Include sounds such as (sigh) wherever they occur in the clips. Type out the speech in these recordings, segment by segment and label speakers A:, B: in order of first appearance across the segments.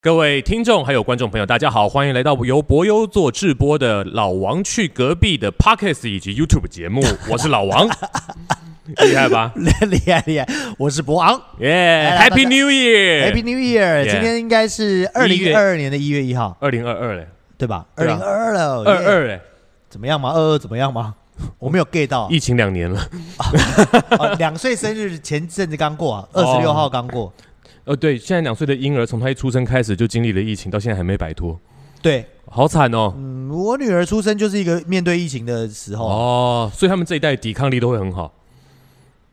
A: 各位听众还有观众朋友，大家好，欢迎来到由博优做直播的《老王去隔壁》的 Pockets 以及 YouTube 节
B: (laughs)
A: 目，我是老王，厉害吧？
B: 厉害厉害！我是博昂
A: 耶、
B: 来
A: h
B: 来
A: a p p y New Year！
B: ，Happy New Year！
A: Yeah
B: 今天应该是二
A: 一
B: 零
A: 月
B: 二二年的一月一号，
A: 二零二二嘞，
B: 对吧？二
A: 对
B: 零
A: 啊
B: 二二了，
A: 二
B: yeah
A: 二嘞，
B: 怎么样吗？二二怎么样吗？ (laughs) 我没有 get 到
A: 疫情两年了。
B: 哦，两岁生日前阵子
A: (laughs)
B: 刚过啊，二十六号刚过。
A: 哦，对，现在两岁的婴儿从他一出生开始就经历了疫情，到现在还没摆脱，
B: 对，
A: 好惨哦。
B: 嗯，我女儿出生就是一个面对疫情的时候，
A: 哦，所以他们这一代抵抗力都会很好，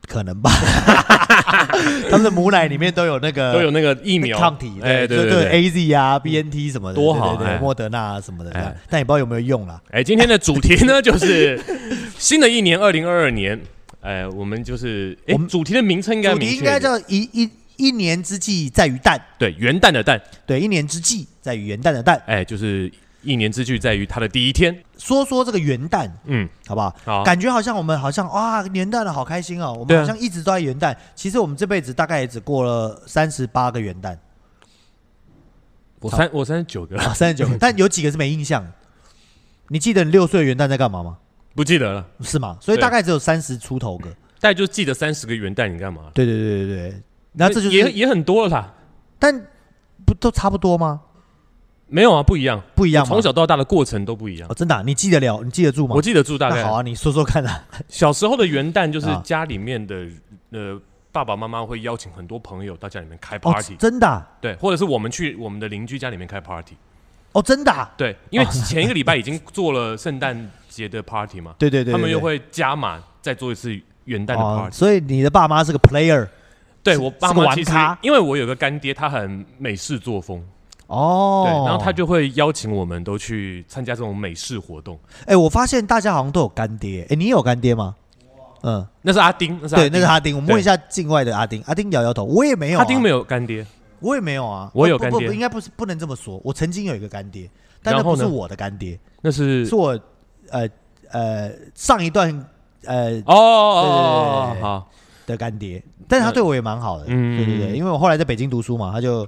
B: 可能吧。 (laughs) 他们的母奶里面都有那个
A: (laughs) 都有那个疫苗
B: 呃抗体，
A: 哎，对
B: 就
A: 对
B: 对
A: 对。哎
B: A Z 啊、B N T 什么的，
A: 多好
B: 对对对
A: 哎
B: 莫德纳啊什么的这样
A: 哎，
B: 但也不知道有没有用啦。
A: 哎，今天的主题呢，就是新的一年，二零二二年。哎，我们就是，哎
B: 我，们
A: 主题的名称应该
B: 主
A: 明
B: 题
A: 确
B: 应该
A: 一点
B: 叫一一一年之计在于旦，
A: 对元旦的旦，
B: 对，一年之计在于元旦的旦。
A: 哎，就是一年之计在于它的第一天。
B: 说说这个元旦
A: 嗯，
B: 好不好？
A: 好，
B: 感觉好像我们好像哇，元旦了，好开心哦！我
A: 对
B: 们
A: 啊
B: 好像一直都在元旦，其实我们这辈子大概也只过了三十八个元
A: (laughs)
B: 旦
A: 我三我三十九个， (laughs)
B: 啊，三十九个，但有几个是没印象。你记得你六岁的元旦在干嘛吗？
A: 不记得了，
B: 是吗？所以
A: 对
B: 大概只有三十出头个。
A: 大家就记得三十个元旦，你干嘛了？
B: 对对对对对，那这就
A: 也
B: 是，
A: 也很多了啦。
B: 但不都差不多吗？
A: 没有啊，不一样，
B: 不一样吗？
A: 从小到大的过程都不一样。
B: 哦，真的啊、你记得了？你记得住吗
A: 我？记得住大概
B: 那好啊，你说说看啊。
A: 小时候的元旦就是
B: 啊
A: 家里面的呃爸爸妈妈会邀请很多朋友到家里面开
B: 哦
A: party，、，
B: 真的啊、
A: 对，或者是我们去我们的邻居家里面开 party，
B: 哦，真的、啊，
A: 对，因为前一个礼拜已经做了圣诞节的 party 嘛，
B: 对 (laughs) 对对对
A: 他们又
B: 对
A: 会加码再做一次元旦的
B: 哦，
A: party。
B: 所以你的爸妈是个 player
A: 对
B: 是
A: 我爸
B: 是个
A: 妈
B: 玩
A: 其实
B: 咖
A: 因为我有个干爹，他很美式作风，
B: 哦
A: 对，，然后他，就会邀请我们都去参加这种美式活动。
B: 哎、我发现大家好像都有干爹，哎、你有干爹吗？嗯，
A: 那是阿丁，啊那是阿
B: 对，
A: 丁
B: 那是阿丁。我们
A: 对
B: 问一下境外的阿丁，阿丁摇摇头，我也没有、啊，
A: 阿丁没有干爹，
B: 我也没有啊，
A: 我有
B: 不
A: 干
B: 不
A: 爹
B: 不应该不是不能这么说，我曾经有一个干爹，但那
A: 然后
B: 不
A: 呢
B: 是我的干爹，
A: 那是
B: 是我呃呃上一段呃
A: 哦哦哦哦
B: 对对对对
A: 哦，
B: 对
A: 好，
B: 的干爹，但是他对我也蛮好的，
A: 呃嗯
B: 对对对，因为我后来在北京读书嘛，他就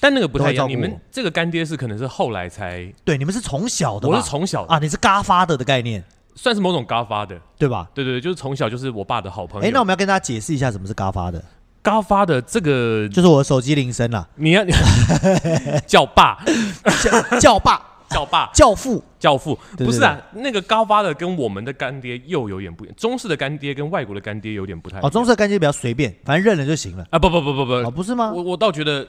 A: 但那个不太一
B: 都
A: 样。
B: 会照顾
A: 你们这个干爹是可能是后来才，
B: 对你们是从小的吧，
A: 我是从小
B: 啊，你是嘎发的的概念
A: 算是某种嘎发的，
B: 对吧？
A: 对对对，就是从小就是我爸的好朋
B: 哎、
A: 友。
B: 那我们要跟大家解释一下什么是嘎发的，
A: 嘎发的这个，
B: 就是我的手机铃声啦，
A: 你要 (laughs) 叫爸
B: 叫叫爸、
A: 叫爸
B: 叫父，
A: 教父，
B: 对
A: 不是啊？那个高发的跟我们的干爹又有点不一样，中式的干爹跟外国的干爹有点不太一样
B: 哦，中式的干爹比较随便，反正认了就行了，
A: 啊，不不不不不，
B: 哦，不是吗
A: 我？我倒觉得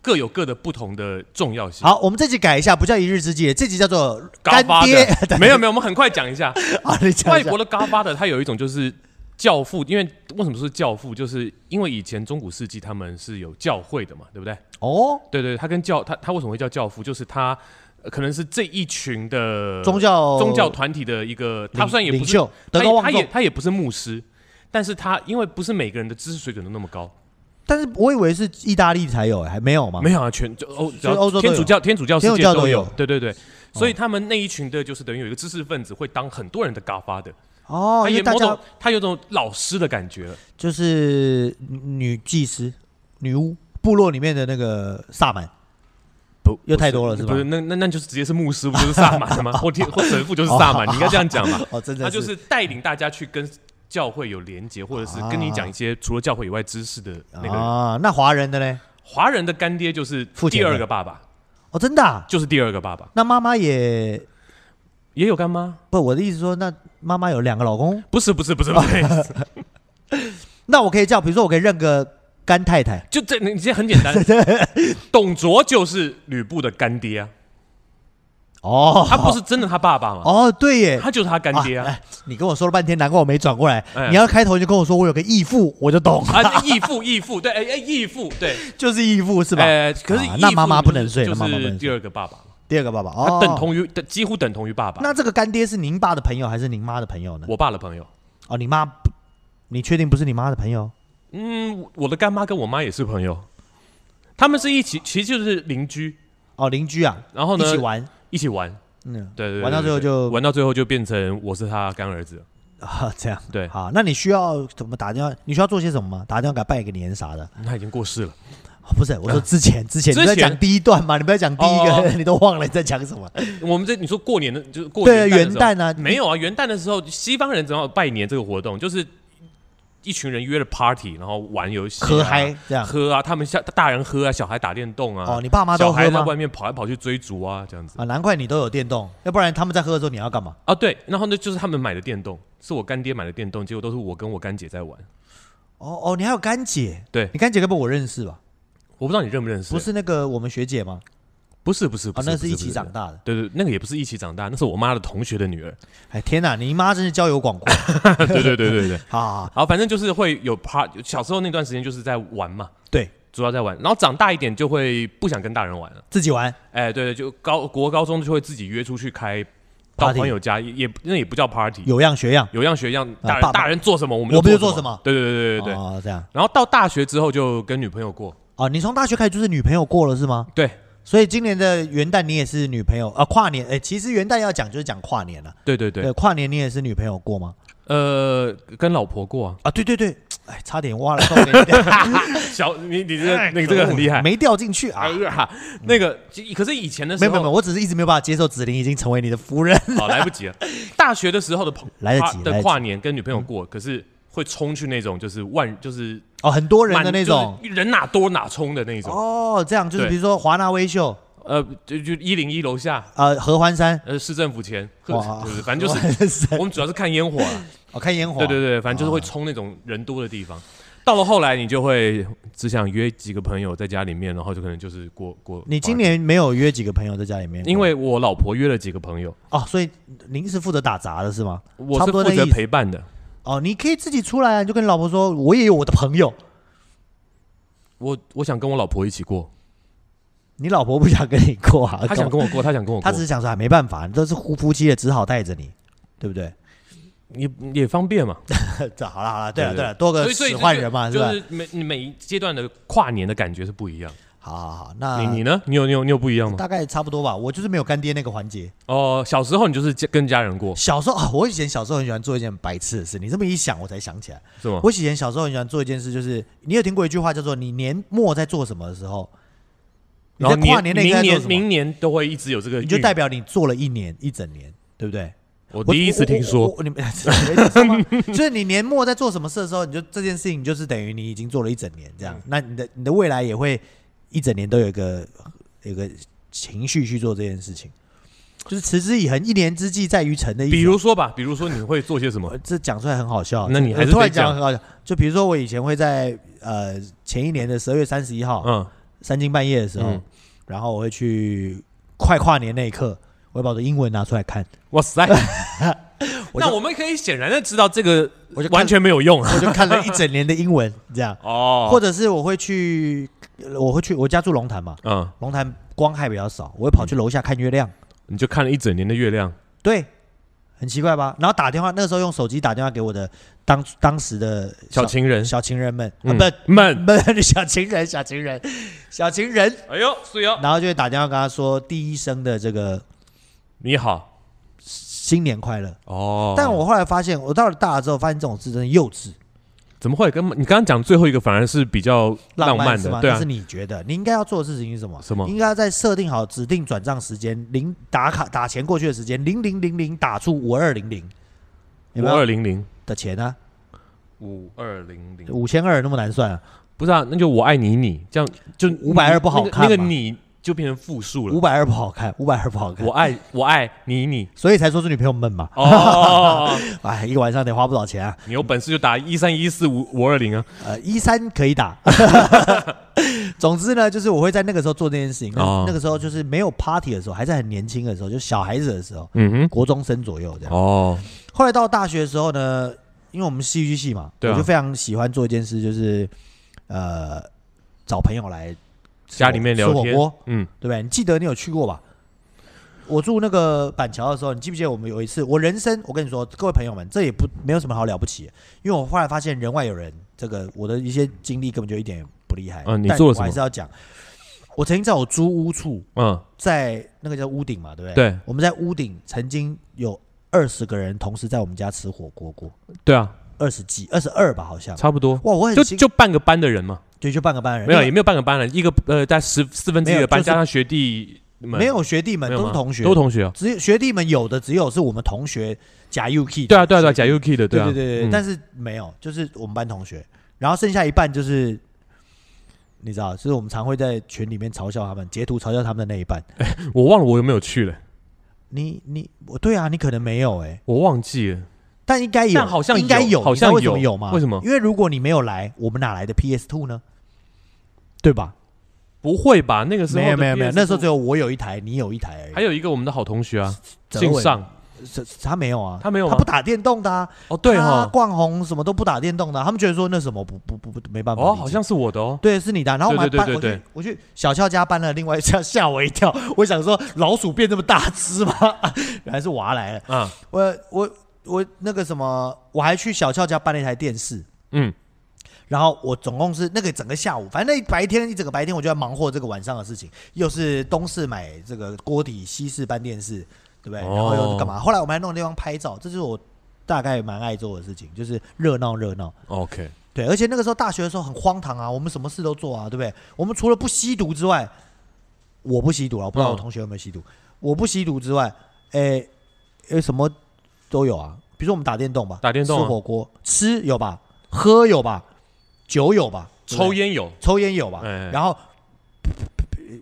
A: 各有各的不同的重要性。
B: 好，我们这集改一下，不叫一日之计，这集叫做
A: 高
B: 干
A: 发
B: 爹。 (laughs)
A: 的没有没有，我们很快讲一下
B: 啊，你 (laughs) 讲
A: 外
B: 一下
A: 国的高发的，它有一种就是教父，因为为什么是教父？就是因为以前中古世纪他们是有教会的嘛，对不对？
B: 哦，
A: 对对，他跟教他他为什么会叫教父？就是他呃可能是这一群的
B: 宗教
A: 宗教团体的一个，他
B: 领
A: 虽然也不
B: 领
A: 是
B: 袖德
A: 他
B: 高
A: 也他
B: 望
A: 也
B: 重，
A: 他也不是牧师，但是他因为不是每个人的知识水准都那么高，
B: 但是我以为是意大利才有，还没有吗？
A: 没有啊，全就欧只要
B: 欧洲都
A: 天
B: 有
A: 主教天主教世
B: 天
A: 界
B: 主教都
A: 有
B: 有，哦
A: 对对对，所以他们那一群的就是等于有一个知识分子会当很多人的嘎发的，
B: 哦，
A: 他
B: 因
A: 也
B: 为大
A: 某
B: 家
A: 种他有种老师的感觉了，
B: 就是女祭司、女巫部落里面的那个萨满，
A: 不不
B: 又太多了是
A: 是
B: 吧
A: 不是，那那那就是直接是牧师不就是萨满
B: (laughs)
A: 的吗？或天或神父就是萨满，你应该这样讲嘛。
B: 哦，真的
A: 他就是带领大家去跟教会有连结，或者是跟你讲一些除了教会以外知识的那个。
B: 啊，那华人的嘞？
A: 华人的干爹就是
B: 付钱
A: 第
B: 的
A: 二个爸爸，
B: 哦，真的啊、
A: 就是第二个爸爸，
B: 那妈妈也
A: 也有干妈？
B: 不，我的意思说，那妈妈有两个老公，
A: 不是不是不是不
B: (laughs)
A: 是，
B: 那我可以叫，比如说我可以认个干太太，
A: 就这你这很简单，董卓就是吕布的干爹啊，
B: 哦，
A: 他
B: (laughs)
A: 不是真的他爸爸嘛，
B: 哦，对耶，
A: 他就是他干爹啊，
B: 哎你跟我说了半天，难怪我没转过来。
A: 哎
B: 你要开头就跟我说我有个义父，我就懂，
A: 啊义父义父对哎哎义父对，
B: (laughs) 就是义父是吧？
A: 呃可是
B: 啊
A: 义
B: 那
A: 父
B: 妈妈
A: 就是
B: 不能睡
A: 就
B: 那妈妈不
A: 是
B: 能睡
A: 第二个爸爸嘛，
B: 第二个爸爸哦
A: 他，等。同于几乎等同于爸爸，
B: 那这个干爹是您爸的朋友还是您妈的朋友呢？
A: 我爸的朋友，
B: 哦，你妈不，你确定不是你妈的朋友？
A: 嗯，我的干妈跟我妈也是朋友，他们是一起，其实就是邻居，
B: 哦，邻居啊，
A: 然后呢
B: 一起玩
A: 一起玩。
B: 嗯， (laughs)
A: 对对对
B: 玩到最后
A: 对对
B: 就
A: 玩到最后就变成我是他干儿子。
B: 啊这样。
A: 对，
B: 好，那你需要怎么打电话？你需要做些什么吗？打电话给他拜个年啥的？
A: 他已经过世了。
B: 哦不是，我说之前之前
A: 之
B: 你在
A: 前
B: 讲第一段嘛，你不要讲第一
A: 哦
B: (laughs) 个，你都忘了你在讲什么。
A: 我们这你说过年的，就是过
B: 对，元
A: 元旦的时候
B: 旦啊，
A: 没有啊，元旦的时候西方人正好拜年这个活动，就是一群人约了 party，然后玩游戏、啊，
B: 喝嗨这样。
A: 喝啊，他们小大人喝啊，小孩打电动啊，
B: 哦，你爸妈都
A: 小
B: 喝
A: 孩在
B: 吗？
A: 外面跑来跑去追逐啊，这样子
B: 啊，难怪你都有电动，要不然他们在喝的时候你要干嘛？
A: 啊，对，然后呢就是他们买的电动，是我干爹买的电动，结果都是我跟我干姐在玩，
B: 哦哦，你还有干姐，
A: 对
B: 你干姐该不会我认识吧？
A: 我不知道你认不认识，
B: 不是那个我们学姐吗？
A: 不是不是
B: 啊
A: 不，是，
B: 那
A: 不
B: 是一起长
A: 不
B: 大的。
A: 对对，那个也不是一起长大，那是我妈的同学的
B: (laughs)
A: 女儿，
B: 哎，天哪，你妈真是交友广阔
A: 对对对对对，
B: 啊！
A: 好，反正就是会有 part，小时候那段时间就是在玩嘛，
B: 对
A: 主要在玩，然后长大一点就会不想跟大人玩了。
B: 自己玩，
A: 哎，对对，就高国高中就会自己约出去开，到
B: Party
A: 朋友家也也那也不叫 party，
B: 有样学样。
A: 有样学样，大
B: 爸
A: 人
B: 妈
A: 大人做什么我们
B: 我们就
A: 做
B: 做什么
A: 对对对对对对。
B: 哦，这样
A: 然后到大学之后就跟女朋友过，
B: 哦，你从大学开始就是女朋友过了是吗？
A: 对
B: 所以今年的元旦你也是女朋友啊？跨年哎，其实元旦要讲就是讲跨年了。
A: 对对对，
B: 呃，跨年你也是女朋友过吗？
A: 呃，跟老婆
B: (laughs)
A: 过啊。 (laughs)
B: 啊，对对对，哎，差点挖了洞给你掉，
A: 小你你这
B: 哎
A: 个你这个很厉害。
B: 没掉进去啊
A: 哎。呀，那个其可是以前的
B: 没
A: 时
B: 有没有，没有
A: 候
B: 我只是一直没有办法接受紫菱已经成为你的夫人。
A: 好来不及
B: (laughs)
A: 了。大学的时候的朋
B: 来得及
A: 跨
B: 来
A: 的
B: 得
A: 跨年跟女朋友过，可是会冲去那种就是万就是
B: 哦，很多人
A: 满
B: 的那种。
A: 就是人哪多哪冲的那种。
B: 哦，这样就是
A: 对
B: 比如说华纳威秀，
A: 呃，就就一零一楼下
B: 呃，合欢山，
A: 呃，市政府前，
B: 哇
A: 就是反正就是
B: (laughs) 是山，
A: 我们主要是看烟火啊，
B: 我看烟火，
A: 对对对，反正就是会冲那种人多的地方。到了后来，你就会只想约几个朋友在家里面，然后就可能就是过过。
B: 你今年没有约几个朋友在家里面？
A: 因为我老婆约了几个朋友，
B: 哦，所以您是负责打杂的是吗？
A: 我
B: 差
A: 是
B: 不多
A: 负
B: 那
A: 责
B: 意思
A: 陪伴的，
B: 哦，你可以自己出来啊，你就跟老婆说，我也有我的朋友。
A: 我我想跟我老婆一起过，
B: 你老婆不想跟你过啊？
A: 她想
B: 干嘛，
A: 跟我过，她想跟我过
B: 她只，是想说，哎，没办法，你都是夫夫妻的，只好带着你，对不对？
A: 也也方便嘛。
B: 这好了好了，对了
A: 对
B: 对了，多
A: 所
B: 个
A: 以所以
B: 使
A: 这
B: 唤
A: 就
B: 人嘛，是
A: 就
B: 吧？
A: 是每你每一阶段的跨年的感觉是不一样。
B: 好好好，那
A: 你你呢？你有你有你有不一样吗？
B: 啊大概差不多吧。我就是没有干爹那个环节。
A: 哦，小时候你就是家跟家人过
B: 小时候啊，我以前小时候很喜欢做一件白痴的事，你这么一想，我才想起来。
A: 是吗？
B: 我以前小时候很喜欢做一件事，就是你有听过一句话叫做“你年末在做什么的时候，你
A: 然后
B: 在跨年那
A: 明
B: 天在做
A: 年
B: 什么，
A: 明年都会一直有这个运，
B: 你就代表你做了一年一整年，对不对？”
A: 我第一次听
B: 我
A: 说
B: 我我你们 (laughs) 你没听说吗就是你年末在做什么事的时候，你就这件事情就是等于你已经做了一整年这样，
A: 嗯
B: 那你的你的未来也会一整年都有一个有一个情绪去做这件事情，就是持之以恒，一年之计在于晨的意思啊。
A: 比如说吧，比如说你会做些什么
B: 呃？这讲出来很好笑，
A: 那你
B: 这
A: 还是
B: 突然
A: 得讲
B: 讲很好笑。就比如说我以前会在呃前一年的十二月三十一号、
A: 嗯，
B: 三更半夜的时候，
A: 嗯
B: 然后我会去快跨年那一刻，我会把我的英文拿出来看，
A: 哇塞！
B: (laughs) 我就
A: 那我们可以显然的知道这个
B: 我就看
A: 完全没有用啊。
B: 我就看了一整年的英文这样，
A: 哦，
B: 或者是我会去，我会去我家住龙潭嘛，
A: 嗯，
B: 龙潭光害比较少，我会跑去楼下看月亮，
A: 你就看了一整年的月亮，
B: 对。很奇怪吧？然后打电话，那个时候用手机打电话给我的当当时的
A: 小情人
B: 小情人们，
A: 嗯
B: 啊，不
A: 们，
B: 不 (laughs) 是小情人，小情人，小情人，
A: 哎呦，水哦，
B: 然后就会打电话跟他说第一声的这个
A: 你好
B: 新年快乐。
A: 哦。
B: 但我后来发现，我到了大了之后，发现这种事真的幼稚、
A: 怎么会跟你刚刚讲最后一个反而是比较浪
B: 漫
A: 漫
B: 是
A: 的？
B: 吗？
A: 对
B: 那
A: 啊
B: 是，你觉得你应该要做的事情是什么？
A: 什么
B: 应该要在设定好指定转账时间，零打卡打钱过去的时间，零零零零打出五二零零，有
A: 五
B: 没
A: 二
B: 有
A: 零零
B: 的钱啊？
A: 五二零零，
B: 五千二那么难算啊？
A: 不是啊，那就我爱你你这样就
B: 520不好
A: 那个
B: 看
A: 那个
B: 嘛
A: 你就变成复数了
B: 五。百二不好看，五百二不好看
A: 我，爱我爱你
B: (laughs)
A: 你
B: 所以才说是女朋友闷嘛。
A: 哦，
B: 哎，一个晚上得花不少钱啊。
A: 你有本事就打一三一四五五二零啊！
B: 呃，一三可
A: (laughs)
B: 以打。总之呢，就是我会在那个时候做这件事情。那、
A: 哦
B: 那个时候就是没有 party 的时候，还是很年轻的时候，就小孩子的时候，
A: 嗯
B: 国中生左右这
A: 哼，
B: 样。
A: 哦，
B: 后来到大学的时候呢，因为我们戏剧系嘛，
A: 对啊
B: 我就非常喜欢做一件事，就是呃找朋友来吃
A: 家
B: 火
A: 里面聊
B: 吃火
A: 天
B: 锅，
A: 嗯，
B: 对不对？你记得你有去过吧？我住那个板桥的时候，你记不记得我们有一次？我人生，我跟你说，各位朋友们，这也不没有什么好了不起，因为我后来发现人外有人，这个我的一些经历根本就一点也不厉害。
A: 嗯你
B: 但
A: 做了
B: 我还
A: 什么
B: 是要讲。我曾经在我租屋处，
A: 嗯，
B: 在那个叫屋顶嘛，对不对？
A: 对
B: 我们在屋顶曾经有二十个人同时在我们家吃火锅过，
A: 对啊，
B: 二十几，二十二吧，好像。
A: 差不多，
B: 哇，我很
A: 就
B: 心
A: 就半个班的人嘛，
B: 对，就半个班人，
A: 没有
B: 那
A: 也没有半个班了，一个呃，在十四分之一
B: 没有
A: 个班
B: 就是
A: 加上学弟们，
B: 没有学弟们，
A: 没有
B: 都
A: 吗
B: 是同学，
A: 都同学啊，
B: 只有学弟们有的只有是我们同学假 UK，
A: 对啊对啊对啊，假 UK 的
B: 对
A: 啊，
B: 对对对，
A: 嗯
B: 但是没有，就是我们班同学，然后剩下一半就是，你知道，就是我们常会在群里面嘲笑他们，截图嘲笑他们的那一半。
A: 我忘了我有没有去了，
B: 你你我对啊，你可能没有哎、
A: 我忘记了，
B: 但应该有，
A: 但好像有
B: 应该有，
A: 好像
B: 你知道为什么
A: 有
B: 有吗？
A: 为什么
B: 因为如果你没有来，我们哪来的 PS Two 呢？对吧？
A: 不会吧？那个时候
B: 没
A: 的
B: 有没有没有，
A: PS2
B: 那时候只有我有一台，你有一台而
A: 还
B: 已。
A: 有一个我们的好同学啊，
B: 泽
A: 姓
B: 伟
A: 尚，
B: 是他没有啊，
A: 他没有吗
B: 他不打电动的啊。
A: 哦对
B: 他
A: 哈，
B: 冠宏什么都不打电动的啊，他们觉得说那什么不不不不没办法理解。
A: 哦好像是我的哦，
B: 对，是你的啊。然后我们还
A: 对对
B: 搬
A: 对
B: 我
A: 对
B: 去，我去小俏家搬了另外一家，吓我一跳。我想说老鼠变这么大只吗？ (laughs) 原来是娃来了。
A: 啊
B: 我我我那个什么，我还去小俏家搬了一台电视。
A: 嗯
B: 然后我总共是那个整个下午，反正那白天一整个白天我就在忙活这个晚上的事情，又是东市买这个锅底，西市搬电视，对不对？
A: 哦
B: 然后又干嘛？后来我们还弄个地方拍照，这就是我大概蛮爱做的事情，就是热闹热闹。
A: ，OK，
B: 对，而且那个时候大学的时候很荒唐啊，我们什么事都做啊，对不对？我们除了不吸毒之外，我不吸毒啊，我不知道
A: 嗯
B: 我同学有没有吸毒，我不吸毒之外，诶、诶，什么都有啊，比如说我们打电动吧，
A: 打电动啊
B: 吃火锅，吃有吧，喝有吧，酒有吧，对不对
A: 抽烟有
B: 抽烟有吧，
A: 哎哎
B: 然后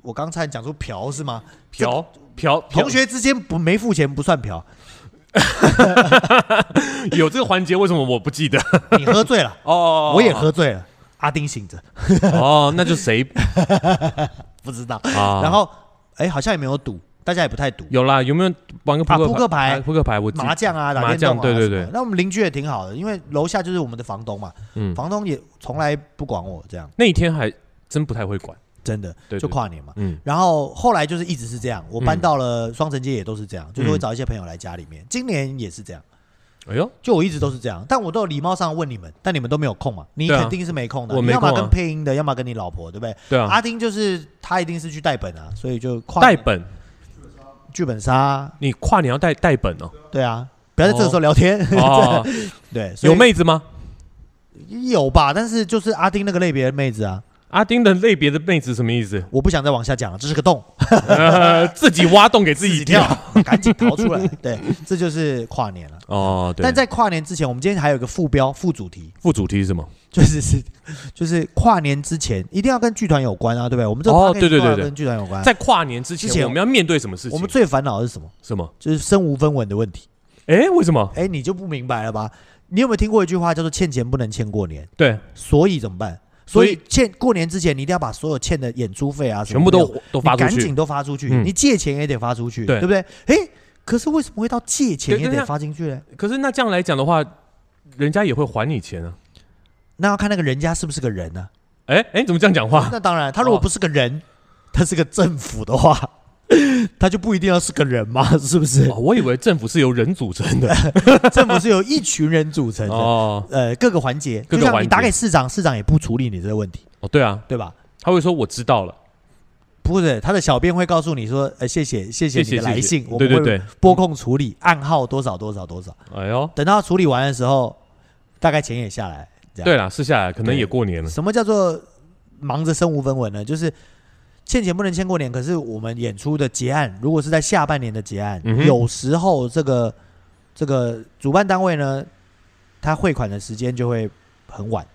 B: 我刚才讲出嫖是吗？
A: 嫖嫖嫖
B: 同学之间不没付钱不算嫖，
A: 有这个环节，为什么我不记
B: (laughs)
A: 得？，
B: 你喝醉了
A: 哦，
B: 我也 (laughs) 喝醉了，阿丁醒着，
A: 哦，那就谁
B: 不知道。
A: 啊？
B: 然后，哎，好像也没有赌，大家也不太赌，
A: 有啦，有没有玩个
B: 啊
A: 扑
B: 扑克牌
A: 牌？扑克牌，我记
B: 麻将啊，打
A: 麻
B: 电动啊，
A: 将对对
B: 什么的
A: 对
B: 那我们邻居也挺好的，因为楼下就是我们的房东嘛，
A: 嗯，
B: 房东也从来不管我这样，
A: 那一天还真不太会管，
B: 真的
A: 对对
B: 就跨年嘛。
A: 嗯，
B: 然后后来就是一直是这样，我搬
A: 嗯
B: 到了双城街也都是这样，就是会
A: 嗯
B: 找一些朋友来家里面。今年也是这样，
A: 哎呦，
B: 就我一直都是这样，但我都有礼貌上问你们，但你们都没有空嘛，你
A: 对啊
B: 肯定是没空的，
A: 我
B: 你
A: 没
B: 要么
A: 空啊
B: 跟配音的，要么跟你老婆，对不对？
A: 对啊，
B: 阿丁就是他一定是去带本啊，所以就跨
A: 带
B: 年
A: 本，
B: 剧本杀，
A: 你跨年要带带本
B: (laughs)
A: 哦，
B: 对啊，不要在这个时候聊天，
A: 哦，
B: (laughs) 对，所以
A: 有妹子吗？
B: 有吧，但是就是阿丁那个类别的妹子啊，
A: 阿丁的类别的妹子什么意
B: (laughs)
A: 思？
B: 我不想再往下讲了，这是
A: (laughs)
B: 个洞，
A: 呃，自己挖洞给自己跳。，
B: 赶紧逃出来。对，这就是跨年了。
A: 哦，对
B: 但。在跨年之前，我们今天还有一个副标、副主题， (laughs)
A: 副主题是什么？
B: 就是是就是跨年之前一定要跟剧团有关啊，对不对？我们这个
A: 哦
B: podcast
A: 对对对
B: 都要
A: 对
B: 跟剧团有关啊。
A: 在跨年之
B: 之前
A: 前，我们要面对什么事情？
B: 我们最烦恼的是什么？
A: 什么？
B: 就是身无分文的问题。
A: 哎，为什么？
B: 哎，你就不明白了吧？你有没有听过一句话叫做“欠钱不能欠过年
A: 对，”？
B: 所以怎么办？所
A: 所
B: 以
A: 以
B: 欠过年之前，你一定要把所有欠的演出费啊，什么
A: 全部
B: 没有
A: 都都发
B: 你
A: 出
B: 赶
A: 去
B: 紧。都发出去，
A: 嗯
B: 你借钱也得发出去，
A: 对
B: 对不对？哎，可是为什么会到借钱
A: 对
B: 也
A: 等一
B: 得
A: 下
B: 发进去呢？
A: 可是那这样来讲的话，人家也会还你钱啊。
B: 那要看那个人家是不是个人
A: (laughs)
B: 呢、
A: 哎哎，你怎么这样讲
B: (laughs)
A: 话？
B: 那当然，他如果
A: 哦
B: 不是个人，他是个政府的话， (laughs) 他就不一定要是个人嘛，是不是
A: 哦，？我以为政府是由人组成
B: (laughs)
A: 的。
B: 政府是由一群人组成的，
A: 哦
B: 呃，各个环节，
A: 各
B: 就
A: 个
B: 像
A: 环
B: 你
A: 节
B: 打给市长，市长也不处理你这个问题，
A: 哦，对啊，
B: 对吧？
A: 他会说我知道了，
B: 不是，他的小编会告诉你说，呃，谢谢，谢谢
A: 谢
B: 你
A: 谢
B: 的来
A: 谢
B: 信，
A: 谢。
B: 我
A: 对
B: 们
A: 对
B: 会
A: 对，
B: 拨控处理，暗号多少多少多少。
A: 哎呦，
B: 等到处理完的时候，大概钱也下来。这样
A: 对啦，是下来可能
B: 对
A: 也过年了。
B: 什么叫做忙着身无分文呢？就是欠钱不能欠过年，可是我们演出的结案，如果是在下半年的结案，
A: 嗯哼
B: 有时候这个这个主办单位呢，他汇款的时间就会很晚。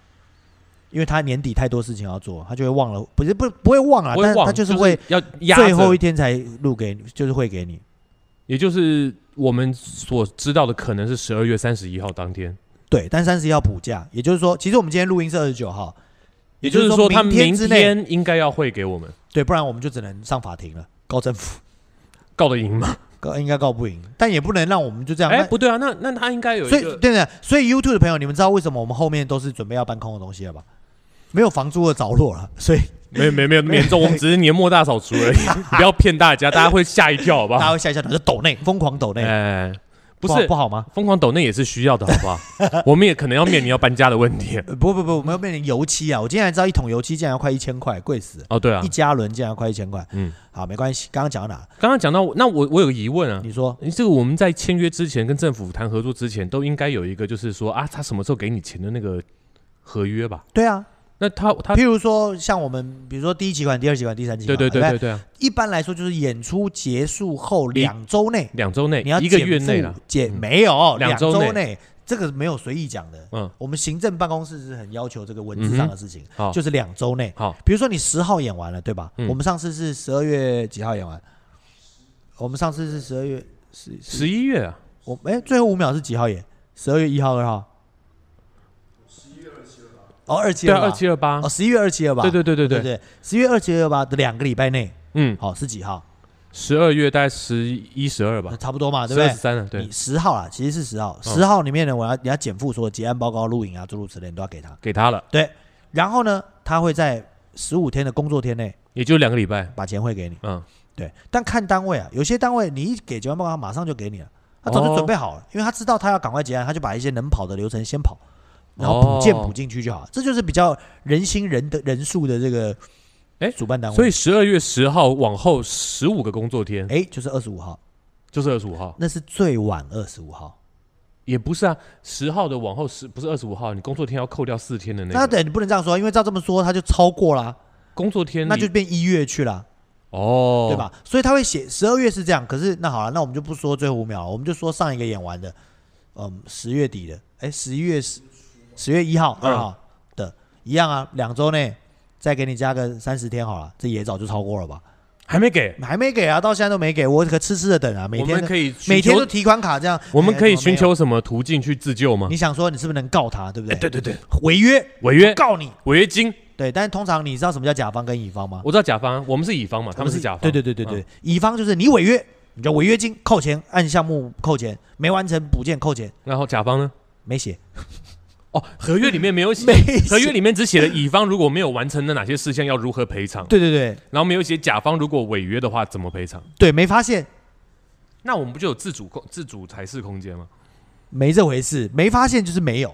B: 因为他年底太多事情要做，他就会忘了，不是不不会忘了，
A: 不会
B: 但是
A: 忘
B: 他就是
A: 就是
B: 会
A: 要压
B: 最后
A: 着
B: 一天才录给你，就是会给你。
A: 也就是我们所知道的，可能是十二月三十一号当天，
B: 对，但三十要补假，也就是说，其实我们今天录音是二十九号，
A: 也就是说他
B: 明
A: 们明
B: 之内，
A: 天应该要汇给我们，
B: 对，不然我们就只能上法庭了，告政府。
A: 告得赢吗？
B: 告应该告不赢，但也不能让我们就这样。
A: 哎，
B: 那
A: 不对啊，那那他应该有一
B: 所以对
A: 个，
B: 对对，所以 YouTube 的朋友，你们知道为什么我们后面都是准备要搬空的东西了吧？没有房租的着落了，所以
A: 没有没有没有那么严重，我们只是年末大扫
B: (laughs)
A: 除而已，不要骗大家，大家会吓一跳，好不
B: 大家
A: 好？
B: 会下一下就抖内疯狂抖内。
A: 哎，不
B: 好
A: 是
B: 啊不好吗？
A: 疯狂抖那也是需要的，好不好？我们也可能要面临要搬家的问题。
B: 呃不不不，我们要变成油漆啊！我今天才知道一桶油漆竟然要快一千块，贵死了！
A: 哦，对啊
B: 一，加仑竟然要快一千块。
A: 嗯，
B: 好，没关系。刚刚讲到哪？
A: 刚刚讲到，那我我有个疑问啊，
B: 你说
A: 诶这个我们在签约之前跟政府谈合作之前，都应该有一个就是说啊，他什么时候给你钱的那个合约吧？
B: 对啊，
A: 那他他
B: 譬如说像我们，比如说第一期款、第二期款、第三期
A: 对对
B: 款，
A: 对
B: 不
A: 对对啊，
B: 一般来说就是演出结束后两周内，
A: 两周内
B: 你要，
A: 哎一个
B: 减
A: 月内
B: 负
A: 了，
B: 减
A: 嗯
B: 没有
A: 两
B: 两
A: 周内
B: 周内，这个没有随意讲的。
A: 嗯，
B: 我们行政办公室是很要求这个文
A: 嗯哼
B: 字上的事情，
A: 好
B: 就是两周内。
A: 好，
B: 比如说你十号演完了，对吧？
A: 嗯
B: 我们上次是十二月几号演完？我们上次是十二月十十，
A: 十一月啊，
B: 我哎，最后五秒是几号演？十二月一号、二号？哦，二七
A: 对
B: 二
A: 啊，
B: 吧
A: 二七二八
B: 哦，，十一月二七二吧？
A: 对对对对
B: 对
A: 对，
B: 对，十一月二七二吧的两个礼拜内，
A: 嗯，
B: 好是几号？
A: 十二月大概十一十二吧
B: 那，差不多嘛，啊
A: 十
B: 对不
A: 二
B: 对
A: 十？三了，啊对
B: 你，十号啦，其实是十号，
A: 嗯
B: 十、号里面呢，我要你要减负所有结案报告、录影啊，诸如此类，你都要给他。
A: 给他了，
B: 对，然后呢，他会在十五天的工作天内
A: 也就两个礼拜，
B: 把钱汇给你。
A: 嗯，
B: 对，但看单位啊，有些单位你一给结案报告，他马上就给你了，他早
A: 哦
B: 就准备好了，因为他知道他要赶快结案，他就把一些能跑的流程先跑，然后补件
A: 哦
B: 补进去就好。这就是比较人心人的人数的这个，
A: 哎
B: 主办单位，
A: 所以十二月十号往后十五个工作天
B: 哎，就是二十五号，
A: 就是二十五号，
B: 那是最晚二十五号。
A: 也不是啊，十号的往后十不是二十五号，你工作天要扣掉四天的那
B: 那
A: 个
B: 等你不能这样说，因为照这么说，他就超过啦，
A: 工作天里，
B: 那就变一月去了。
A: 哦，
B: 对？吧？所以他会写十二月是这样，可是那好了，那我们就不说最后五秒了，我们就说上一个演完的，嗯，十月底的，哎，十一月十十月一号、
A: 嗯
B: 二号的，一样啊，两周内再给你加个三十天好了，这也早就超过了吧？
A: 还没给，
B: 还没给啊，到现在都没给，我可痴痴的等啊，每
A: 我
B: 天
A: 们
B: 都
A: 可以寻
B: 每天
A: 求
B: 都提款卡这样，
A: 我们
B: 哎
A: 可以
B: 怎么没
A: 寻
B: 有
A: 求什么途径去自救吗？
B: 你想说你是不是能告他，对不对？
A: 对对对，
B: 违约
A: 违约
B: 告你，
A: 违约金，
B: 对，但是通常你知道什么叫甲方跟乙方吗？
A: 啊我知道甲方，我们是乙方嘛，他们是甲方，啊嗯
B: 对对对对对，乙方就是你违约，你就违约金扣钱，按项目扣钱，没完成补件扣钱，
A: 然后甲方呢？
B: 没写，
A: 哦，合约里 (laughs) 面没有写
B: 没，写
A: 合约里面只写了乙方如果没有完成的哪些事项要如何赔偿，
B: 对对对
A: 然后没有写甲方如果违约的话怎么赔偿。
B: 对，没发现，
A: 那我们不就有自主空自主裁事空间吗？
B: 没这回事，没发现就是没有。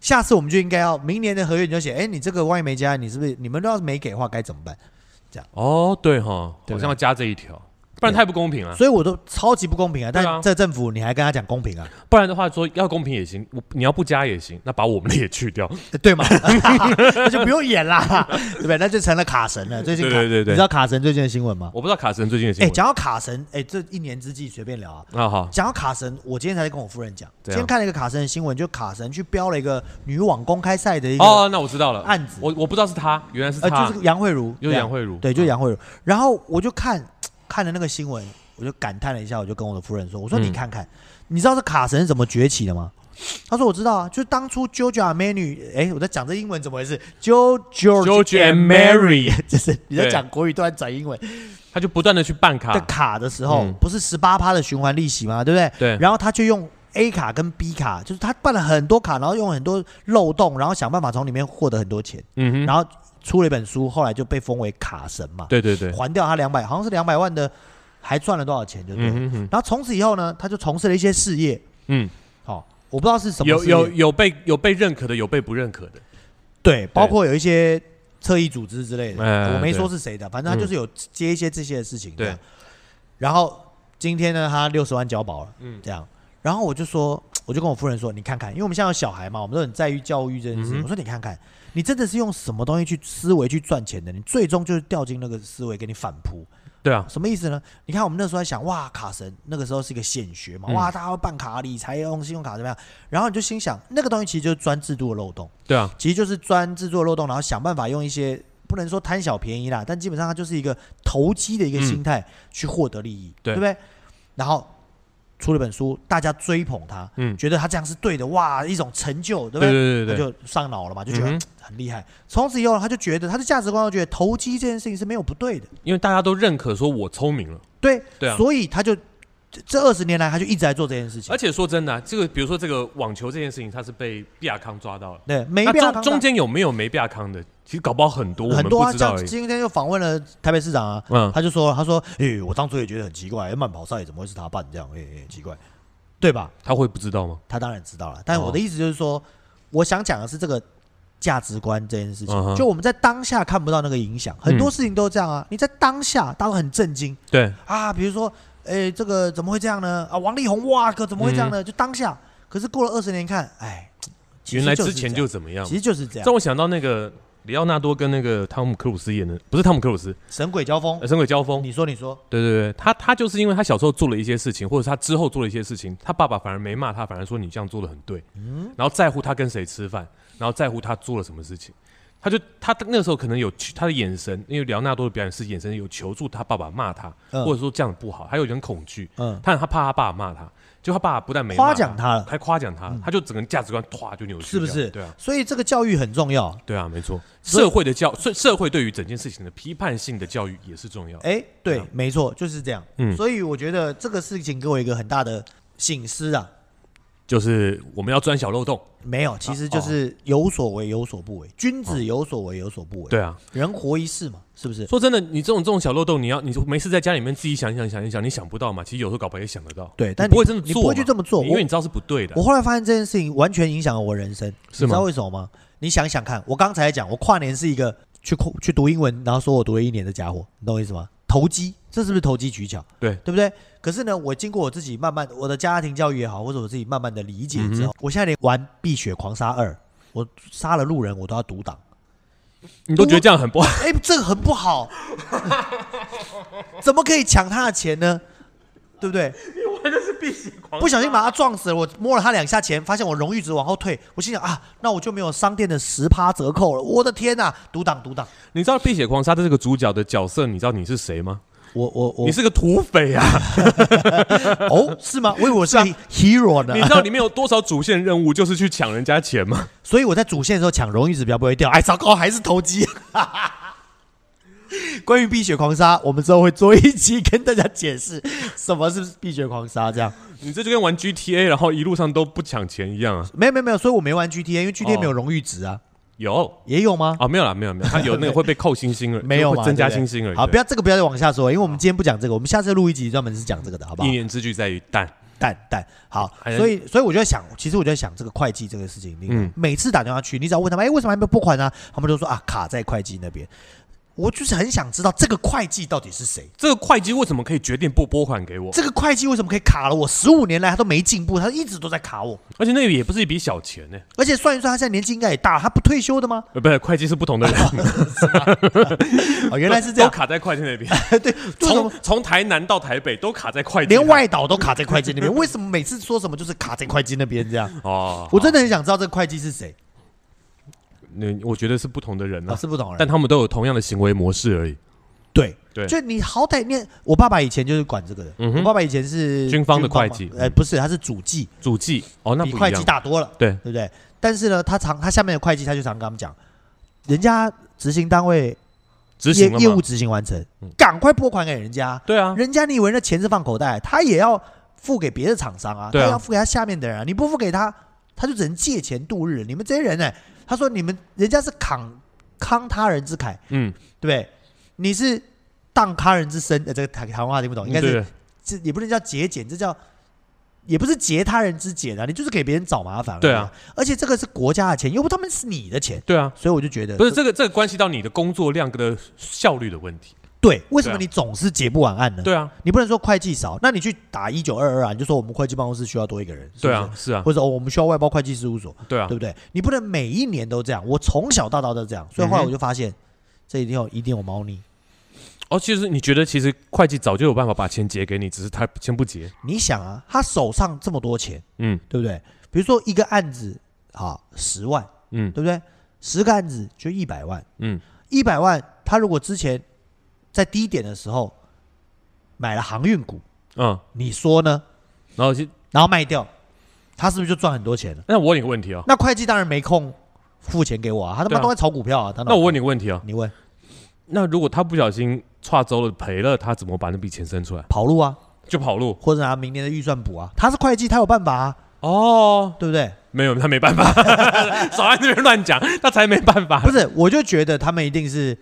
B: 下次我们就应该要明年的合约你就写，哎，你这个万一没加，你是不是你们都要是没给的话该怎么办？
A: 哦，对啊哈，
B: 对
A: 好
B: 吧
A: 像要加这一条，不然太不公平了。
B: 所以我都超级不公平啊！
A: 啊对啊
B: 但这政府你还跟他讲公平啊，
A: 不然的话说要公平也行，我你要不加也行，那把我们的也去掉。 (laughs)
B: 呃对吗？ (laughs) 那就不用演啦， (laughs) 对不对？那就成了卡神了。最近卡，
A: 对对对对
B: 你知道卡神最近的新闻吗？
A: 我不知道卡神最近的新
B: 哎，
A: 闻。
B: 讲到卡神，哎，这一年之计随便聊啊。
A: 啊好，
B: 讲到卡神，我今天才在跟我夫人讲，
A: 怎
B: 今
A: 样
B: 天看了一个卡神的新闻，就卡神去标了一个女网公开赛的一个，
A: 哦，那我知道了，
B: 案子
A: 我我不知道是他，原来是
B: 呃，
A: 他，
B: 就是杨慧茹，
A: 就是杨慧茹，
B: 对，对，就是
A: 嗯
B: 杨慧茹。然后我就看看了那个新闻，我就感叹了一下，我就跟我的夫人说，我说
A: 嗯
B: 你看看，你知道这卡神是怎么崛起的吗？她说我知道啊，就是当初 JoJo a m a n y 哎，我在讲这英文怎么回事？JoJo
A: George and Mary
B: 就是你在
A: 对
B: 讲国语，突然转英文，
A: 他就不断的去办卡
B: 的，卡的时候，
A: 嗯
B: 不是十八趴的循环利息吗？对不对？
A: 对
B: 然后他就用 A 卡跟 B 卡，就是他办了很多卡，然后用很多漏洞，然后想办法从里面获得很多钱，
A: 嗯哼，
B: 然后出了一本书，后来就被封为卡神嘛，
A: 对对对，
B: 还掉他两百，好像是两百万的，还赚了多少钱就对了。
A: 嗯哼哼，
B: 然后从此以后呢，他就从事了一些事业，
A: 嗯，
B: 哦，我不知道是什么
A: 有
B: 事业，
A: 有有被有被认可的，有被不认可的，
B: 对，包括有一些侧翼组织之类的，
A: 哎
B: 我没
A: 对嗯
B: 说是谁的，反正他就是有接一些这些的事情。这样
A: 对，
B: 然后今天呢，他六十万交保了，
A: 嗯
B: 嗯，这样。然后我就说，我就跟我夫人说，你看看，因为我们现在有小孩嘛，我们都很在意教育这件
A: 嗯
B: 事情。
A: 哼
B: 我说你看看，你真的是用什么东西去思维去赚钱的？你最终就是掉进那个思维给你反扑。
A: 对啊，
B: 什么意思呢？你看我们那时候在想，哇，卡神那个时候是一个显学嘛，
A: 嗯
B: 哇，大家要办卡理财，用信用卡怎么样？然后你就心想，那个东西其实就是钻制度的漏洞。
A: 对啊，
B: 其实就是钻制作漏洞，然后想办法用一些不能说贪小便宜啦，但基本上它就是一个投机的一个心态去获得利益，
A: 对
B: 不对？然后出了本书，大家追捧他，
A: 嗯
B: 觉得他这样是对的，哇，一种成就，对不
A: 对对对
B: 他
A: 对，
B: 就上脑了嘛，就觉
A: 嗯
B: 得
A: 哼
B: 嘖很厉害。从此以后，他就觉得他的价值观，就觉得投机这件事情是没有不对的，
A: 因为大家都认可说我聪明了，
B: 对，
A: 对啊
B: 所以他就这这二十年来，他就一直在做这件事情
A: 而。且说真的啊，这个比如说这个网球这件事情，他是被毕亚康抓到了，
B: 对，没
A: 那
B: 必要
A: 中中间有没有没毕亚康的？其实搞不好很多，我们
B: 很多
A: 不
B: 啊，
A: 知道
B: 像
A: 而已。
B: 今天就访问了台北市长啊，
A: 嗯
B: 他就说，他说，诶、我当初也觉得很奇怪，慢跑赛怎么会是他办这样？诶、诶、奇怪，对吧？
A: 他会不知道吗？
B: 他当然知道了，
A: 哦
B: 但我的意思就是说，我想讲的是这个价值观这件事情。
A: 嗯哼嗯
B: 就我们在当下看不到那个影响，很多事情都这样啊。你在当下当然很震惊
A: 对，
B: 啊，比如说，哎，这个怎么会这样呢？啊，王力宏，哇哥，怎么会这
A: 嗯
B: 样呢？就当下，可是过了二十年看，哎，其实
A: 原来
B: 就是
A: 之前
B: 这
A: 就
B: 样
A: 怎么样
B: 其，实啊就是这样，
A: 让我想到那个里奥纳多跟那个汤姆克鲁斯演的，不是汤姆克鲁斯，
B: 神鬼交锋
A: 呃，。神鬼交锋。
B: 你说，你说，
A: 对对对，他他就是因为他小时候做了一些事情，或者是他之后做了一些事情，他爸爸反而没骂他，反而说你这样做的很对，
B: 嗯
A: 然后在乎他跟谁吃饭，然后在乎他做了什么事情，他就他那个时候可能有他的眼神，因为莱昂纳多的表演是眼神有求助他爸爸骂他，
B: 嗯
A: 或者说这样不好，还有人恐惧，
B: 嗯，
A: 他他怕他爸爸骂他，就他爸爸不但没骂
B: 夸奖他了，
A: 还夸奖他，他就整个价值观唰就扭曲，
B: 是不是？
A: 对啊。
B: 所以这个教育很重要。
A: 对啊，没错，
B: 所以
A: 社会的教，社社会对于整件事情的批判性的教育也是重要。
B: 哎，对
A: 嗯，
B: 没错，就是这样。
A: 嗯
B: 所以我觉得这个事情给我一个很大的醒思啊。
A: 就是我们要钻小漏洞。
B: 没有，其实
A: 啊
B: 就是有所为有所不为，君子有所为有所不为。
A: 哦对，啊，
B: 人活一世嘛，是不是？
A: 说真的，你这种这种小漏洞，你要你就没事在家里面自己想一想想一想，你想不到嘛？其实有时候搞不好也想得到。
B: 对但
A: 你不会
B: 你
A: 真的做
B: 你
A: 嘛，
B: 不会去这么做
A: 因为
B: 我
A: 你知道是不对的
B: 我。后来发现这件事情完全影响了我人生，你
A: 是吗
B: 知道为什么吗？你想想看，我刚才讲，我跨年是一个去跨去读英文，然后说我读了一年的家伙，你懂我意思吗？投机，这是不是投机取巧？
A: 对，
B: 对不对？可是呢，我经过我自己慢慢我的家庭教育也好，或者我自己慢慢的理解之
A: 嗯
B: 后，我现在连玩《碧血狂杀二》，我杀了路人我都要独挡， (laughs)
A: 你都觉得这样很不好。
B: 哎，这个很
A: (laughs)
B: 不好，怎么可以抢他的钱呢？对不对？
A: 啊
B: 不小心把他撞死了，我摸了他两下钱，发现我荣誉值往后退，我心想啊，那我就没有商店的十趴折扣了。我的天呐、独挡独挡！
A: 你知道《碧血狂杀》的这个主角的角色，你知道你是谁吗？
B: 我我我
A: 你是个土匪啊！
B: (laughs) 哦是吗？我以为我是 hero 呢
A: 你，知道里面有多少主线任务就是去抢人家钱吗？
B: (laughs) 所以我在主线的时候抢荣誉值比较不会掉。哎，糟糕，还是投机。 (laughs) 关于《碧血狂杀》，我们之后会做一期跟大家解释什么是《碧血狂杀》这样。
A: 你这就跟玩 GTA，然后一路上都不抢钱一样啊！
B: 没有没有没有，所以我没玩 GTA，因为 GTA
A: 哦
B: 没有荣誉值啊，
A: 有
B: 也有吗？
A: 啊，没有啦，没有没有，他有那个会被扣星星而已，
B: (laughs) 没有
A: 就
B: 嘛
A: 会增加
B: 对不对
A: 星星而已。
B: 好，
A: 对
B: 不要这个不要再往下说，因为我们今天不讲这个，我们下次录一集专门是讲这个的，好不好
A: 一？年之计在于旦。
B: 蛋蛋好
A: 还，能
B: 所以所以我就在想，其实我就在想这个会计这个事情，你
A: 哎嗯
B: 每次打电话去，你只要问他们，哎，为什么还没有拨款呢、他们都说啊，卡在会计那边。我就是很想知道这个会计到底是谁，
A: 这个会计为什么可以决定不拨款给我？
B: 这个会计为什么可以卡了我十五年来他都没进步，他一直都在卡我，
A: 而且那个也不是一笔小钱呢、
B: 而且算一算他现在年纪应该也大，他不退休的吗？
A: 呃，不是，会计是不同的人，
B: 哦， (laughs) 原来是这
A: (laughs)
B: 样
A: 都，卡在会计那边，
B: (laughs) 对，为什么
A: 从从台南到台北都卡在会计那
B: 连
A: 边，
B: 外岛都卡在会计那边，为什么每次说什么就是卡在会计那边
A: (laughs)
B: 这样？
A: 哦，
B: 我真的很想知道这个会计是谁，
A: 那我觉得是不同的人
B: 老
A: 啊，
B: 师不懂了
A: 但。他们都有同样的行为模式而已。
B: 对
A: 对
B: 就你好歹念，我爸爸以前就是管这个的，
A: 嗯哼
B: 我爸爸以前是
A: 军方的
B: 嘛
A: 会计
B: 呃，不是，他是主计，
A: 主计哦，那
B: 比
A: 不
B: 会
A: 一
B: 计
A: 样，
B: 大多了，
A: 对
B: 对不对？但是呢，他常他下面的会计他就常跟他们讲，人家执行单位
A: 执
B: 业
A: 行了
B: 业务
A: 嘛？
B: 执行完成
A: 嗯，
B: 赶快拨款给人家，
A: 对啊，
B: 人家你以为那钱是放口袋，他也要付给别的厂商啊，他
A: 对啊
B: 要付给他下面的人啊，你不付给他，他就只能借钱度日。你们这些人呢、他说你们人家是扛慷他人之慨，
A: 嗯，
B: 对不对？你是荡他人之身，呃，这个台台湾话听不懂，应该
A: 嗯对
B: 是这也不能叫节俭，这叫也不是劫他人之俭啊，你就是给别人找麻烦而已
A: 对啊，
B: 而且这个是国家的钱，又不他们是你的钱，
A: 对啊，
B: 所以我就觉得
A: 不是这个这个关系到你的工作量的效率的问题。
B: 对，为什么
A: 对啊
B: 你总是结不完案呢？
A: 对啊，
B: 你不能说会计少，那你去打一九二二啊，你就说我们会计办公室需要多一个人，是不
A: 对
B: 是
A: 啊，，是啊，
B: 或者、哦、我们需要外包会计事务所，
A: 对啊
B: 对，不对？你不能每一年都这样，我从小到大都这样，所以后
A: 嗯
B: 来我就发现、这一定有一定有猫腻。
A: 哦，其实你觉得其实会计早就有办法把钱结给你，只是他先不结。
B: 你想啊，他手上这么多钱，
A: 嗯
B: 对不对？比如说一个案子啊，十万，
A: 嗯
B: 对不对？十个案子就一百万，
A: 嗯，
B: 一百万，他如果之前在低点的时候买了航运股，
A: 嗯，
B: 你说呢？
A: 然后就
B: 然后卖掉，他是不是就赚很多钱了？
A: 那我问你个问题哦，
B: 那会计当然没空付钱给我啊，他他
A: 对
B: 妈
A: 啊
B: 都在炒股票啊。他哪
A: 那我问你个问题哦，
B: 你问
A: 那如果他不小心岔走了赔了，他怎么把那笔钱生出来？
B: 跑路啊，
A: 就跑路
B: 或者拿明年的预算补啊，他是会计，他有办法啊，
A: 哦？
B: 对不对？
A: 没有，他没 (laughs) 办法，少在那边乱讲，他才没办法。
B: 不是，我就觉得他们一定是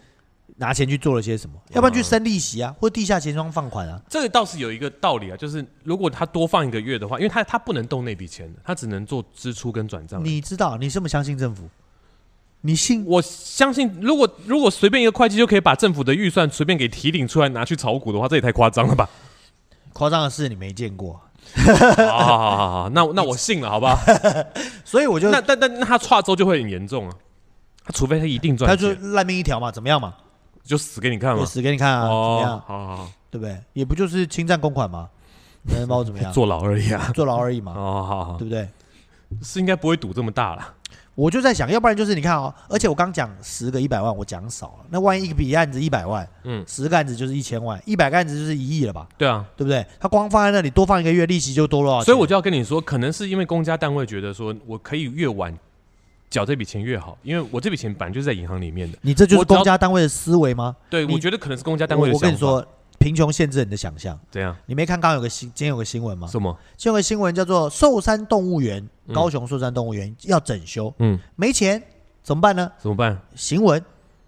B: 拿钱去做了些什么，要不然
A: 哦
B: 去生利息啊，或地下钱庄放款啊。
A: 这个倒是有一个道理啊，就是如果他多放一个月的话，因为他他不能动那笔钱的，他只能做支出跟转账。
B: 你知道，你这么相信政府，你信
A: 我相信，如果如果随便一个会计就可以把政府的预算随便给提领出来拿去炒股的话，这也太夸张了
B: (laughs)
A: 吧？啊
B: 夸张的事你没见过，
A: 好好好好好，那那我信了，好吧？
B: 所以我就
A: 那但但那他跨州就会很严重啊，他除非他一定
B: 他
A: 赚
B: 就
A: 钱，
B: 烂命一条嘛，怎么样嘛，
A: 就死给你看嘛
B: 我。死给你看啊，怎么
A: 哦
B: 样，，
A: 好好
B: 对不对？也不就是侵占公款
A: (laughs)
B: 嘛，能把我怎么
A: 好，
B: 样？
A: 坐牢而已啊。
B: 哎 (laughs) 坐牢而已嘛，
A: (laughs) 哦，好好
B: 对，不对？
A: 是应该不会赌这么大了。
B: 我就在想，要不然就是你看哦，而且我刚讲十个一百万，我讲少了，那万一一笔案子一百万，
A: 嗯
B: 十个案子就是一千万，一百个案子就是一亿了吧，
A: 对啊，
B: 对不对？他光放在那里多放一个月，利息就多了啊，
A: 所以我就要跟你说，可能是因为公家单位觉得说我可以越晚缴这笔钱越好，因为我这笔钱本来就是在银行里面的。
B: 你这就是
A: 我只要
B: 公家单位的思维吗？
A: 对，
B: 你
A: 我觉得可能是公家单
B: 我
A: 位的
B: 我跟你
A: 想法。
B: 说，贫穷限制了你的想象。
A: 怎样？
B: 你没看刚有个新，今天有个新闻吗？
A: 什么？
B: 今天有个新闻叫做寿山动物园，
A: 嗯
B: 高雄寿山动物园要整修，
A: 嗯，
B: 没钱怎么办呢？
A: 怎么办？
B: 行文，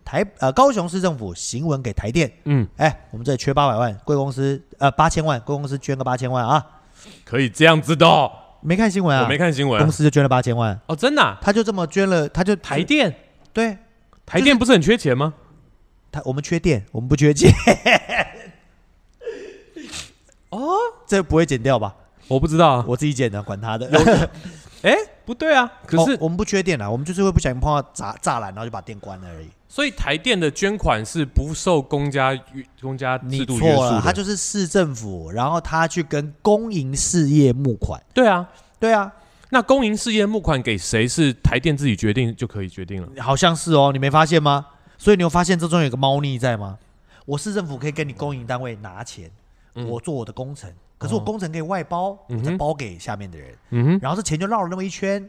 B: 台呃高雄市政府行文给台电，
A: 嗯，
B: 哎，我们这里缺八百万，贵公司呃八千万，贵公司捐个八千万啊，
A: 可以这样子的哦、
B: 没看新闻啊？
A: 我没看新闻
B: 公司就捐了八千万，
A: 哦，真的啊、
B: 他就这么捐了，他就
A: 台电，
B: 对
A: 台电不是很缺钱吗？
B: 他我们缺电，我们不
A: (laughs)
B: 缺钱，哦，这不会剪掉吧？
A: 我不知道啊。
B: 我自己剪的，管他的。
A: 哎、不对啊，可是、
B: 哦我们不缺电啦，我们就是会不小心碰到栅栅栏，然后就把电关了而已。
A: 所以台电的捐款是不受公家约公家
B: 你
A: 制度约
B: 错了，
A: 束
B: 他
A: 的。
B: 就是市政府，然后他去跟公营事业募款。
A: 对啊，
B: 对啊，
A: 那公营事业募款给谁是台电自己决定就可以决定了。
B: 好像是哦，你没发现吗？所以你有发现这中有个猫腻在吗？我市政府可以跟你公营单位拿钱，我做我的工程，可是我工程可以外包，我再包给下面的人，
A: 嗯哼，
B: 然后这钱就绕了那么一圈，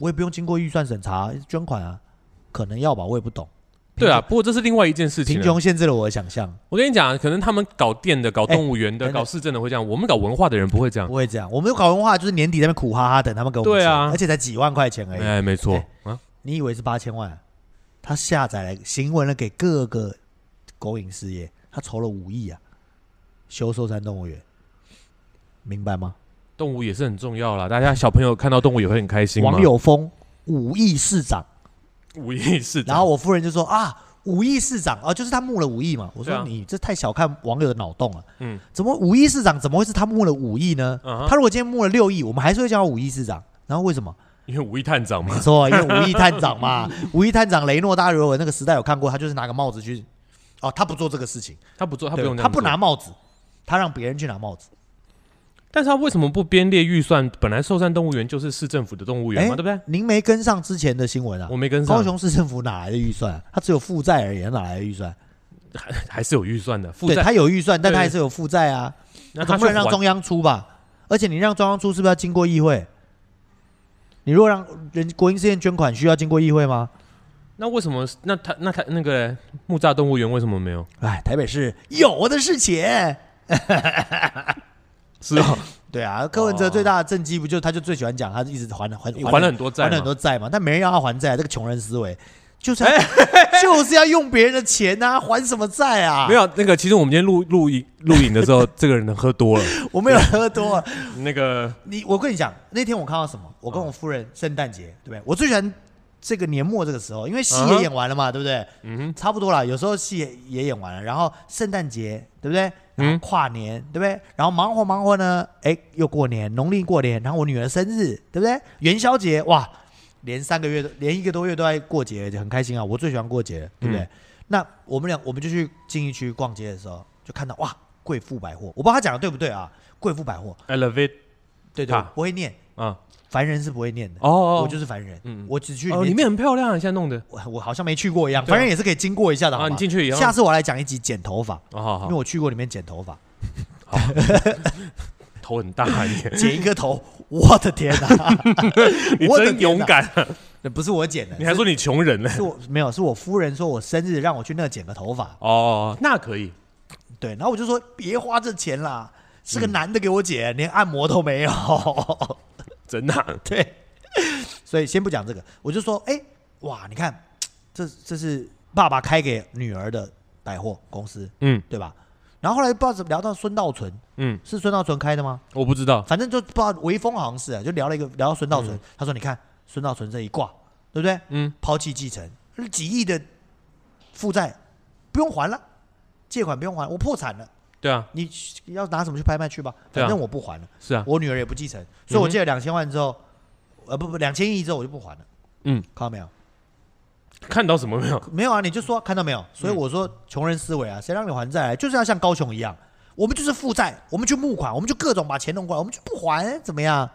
B: 我也不用经过预算审查捐款啊，可能要吧，我也不懂。
A: 对啊，不过这是另外一件事情
B: 贫
A: 了。
B: 穷限制了我的想象，
A: 我跟你讲啊，可能他们搞电的、搞动物园的、
B: 哎等等
A: 搞市政的会这样，我们搞文化的人不会这样
B: 不。会这样。我们搞文化就是年底在那边苦哈哈等他们给我
A: 嗯
B: 们
A: 对
B: 钱
A: 啊
B: 而且才几万块钱而已。
A: 哎，没错
B: 哎
A: 啊，
B: 你以为是八千万啊、他下载了行文了给各个狗影事业，他筹了五亿啊，修寿山动物园，明白吗？
A: 动物也是很重要啦。大家小朋友看到动物也会很开心嘛。
B: 王友峰五亿市长，
A: 无意识的，
B: 然后我夫人就说啊。五亿市长啊，就是他募了五亿嘛。我
A: 对
B: 说
A: 啊
B: 你这太小看网友的脑洞了。
A: 嗯，
B: 怎么五亿市长怎么会是他募了五亿呢
A: 嗯哼
B: 他如果今天募了六亿，我们还是会叫他五亿市长。然后为什么？
A: 因为五一探长嘛
B: 没，错，因为五亿探长嘛， (laughs) 五亿探长雷诺，大家如果那个时代有看过，他就是拿个帽子去，哦，他不做这个事情，
A: 他不做，他
B: 他
A: 不用，
B: 他不拿。帽子，他让别人去拿帽子。
A: 但是他为什么不编列预算？本来寿山动物园就是市政府的动物园嘛，对
B: 哎
A: 不对？
B: 您没跟上之前的新闻啊
A: 我？没跟上，
B: 高雄市政府哪来的预算啊、他只有负债而已，他哪来的预算？
A: 还还是有预算的，负
B: 对
A: 债。
B: 他有预算，但
A: 对
B: 他还是有负债啊。
A: 那
B: 总
A: 他
B: 不
A: 去
B: 能让
A: 还
B: 中央出吧？而且你让中央出，是不是要经过议会？你如果让人国营事业捐款，需要经过议会吗？
A: 那为什么？那他那他那个木栅动物园为什么没有？
B: 哎，台北市有的是钱。
A: 是啊，
B: 对啊，柯文哲最大的政绩不就他就最喜欢讲，他一直还还
A: 哦还了很多债
B: 还
A: 嘛
B: 了很多债嘛，但没人要他还债，这啊个穷人思维就是
A: 哎
B: 要就是要用别人的钱呐、还什么债啊？
A: 没，有那个。其实我们今天录录影录影的时候，这个人喝多了，
B: 我没有喝多。
A: (laughs)
B: 啊
A: 那个
B: 你我跟你讲，那天我看到什么？
A: 嗯
B: 我跟我夫人圣诞节，对不对？我最喜欢这个年末这个时候，因为戏
A: 嗯
B: 也
A: 哼
B: 演完了嘛，对不对？嗯，差不多了。有时候戏也也演完了，然后圣诞节，对不对？然后
A: 嗯
B: 跨年，对不对？然后忙活忙活呢，哎，又过年，农历过年，然后我女儿生日，对不对？元宵节，哇，连三个月都连一个多月都在过节，就很开心啊！我最喜欢过节了，对
A: 嗯
B: 不对？那我们俩我们就去静义区逛街的时候，就看到哇，贵妇百货，我不知道他讲的对不对啊？贵妇百货，
A: elevate
B: 对对，
A: 啊
B: 我不会念。
A: 啊，
B: 凡人是不会念的。
A: 哦哦，
B: 我就是凡人，
A: 嗯
B: 我只去
A: 哦，里
B: 面，
A: 面很漂亮，啊，现在弄的
B: 我我好像没去过一样，
A: 对啊
B: 凡人也是可以经过一下的。
A: 啊
B: 好吗
A: 你进去以后
B: 下次我来讲一集剪头发，
A: 哦，好
B: 因为
A: 好，
B: 我去过里面剪头发，
A: 头很大， (laughs) 你
B: 剪一个头， (laughs) 我的天
A: (laughs)
B: 哪，
A: 你
B: 我的
A: 真
B: 天
A: 勇
B: 哪
A: 敢啊，
B: 那不是我剪
A: (laughs)
B: 的，
A: 你还说你穷人呢？
B: 是我没有，是我夫人说我生日让我去那剪个头发，
A: 哦，那可以，
B: 对，然后我就说别花这钱啦，是
A: 嗯
B: 个男的给我剪，连按摩都没有， (laughs)
A: 真的啊
B: 对，所以先不讲这个，我就说，哎、哇，你看，这这是爸爸开给女儿的百货公司，
A: 嗯
B: 对吧？然后后来不知道怎么聊到孙道存，
A: 嗯，
B: 是孙道存开的吗？
A: 我不知道，
B: 反正就不知道微风好像是、啊，就聊了一个聊到孙道存，他说你看孙道存这一挂，对不对？
A: 嗯，
B: 抛弃继承，几亿的负债不用还了，借款不用还，我破产了，
A: 对啊，
B: 你要拿什么去拍卖去吧？
A: 对啊嗯
B: 反正我不还了，
A: 是啊，
B: 我女儿也不继承，所以我借了两千万之后，呃不不两千亿之后我就不还了，
A: 嗯，
B: 看到没有？
A: 看到什么没有？
B: 没有啊，你就说看到没
A: 嗯
B: 有？所以我说穷人思维啊，谁让你还债啊？就是要像高雄一样，我们就是负债，我们去募款，我们就各种把钱弄过来，我们就不还，怎么样？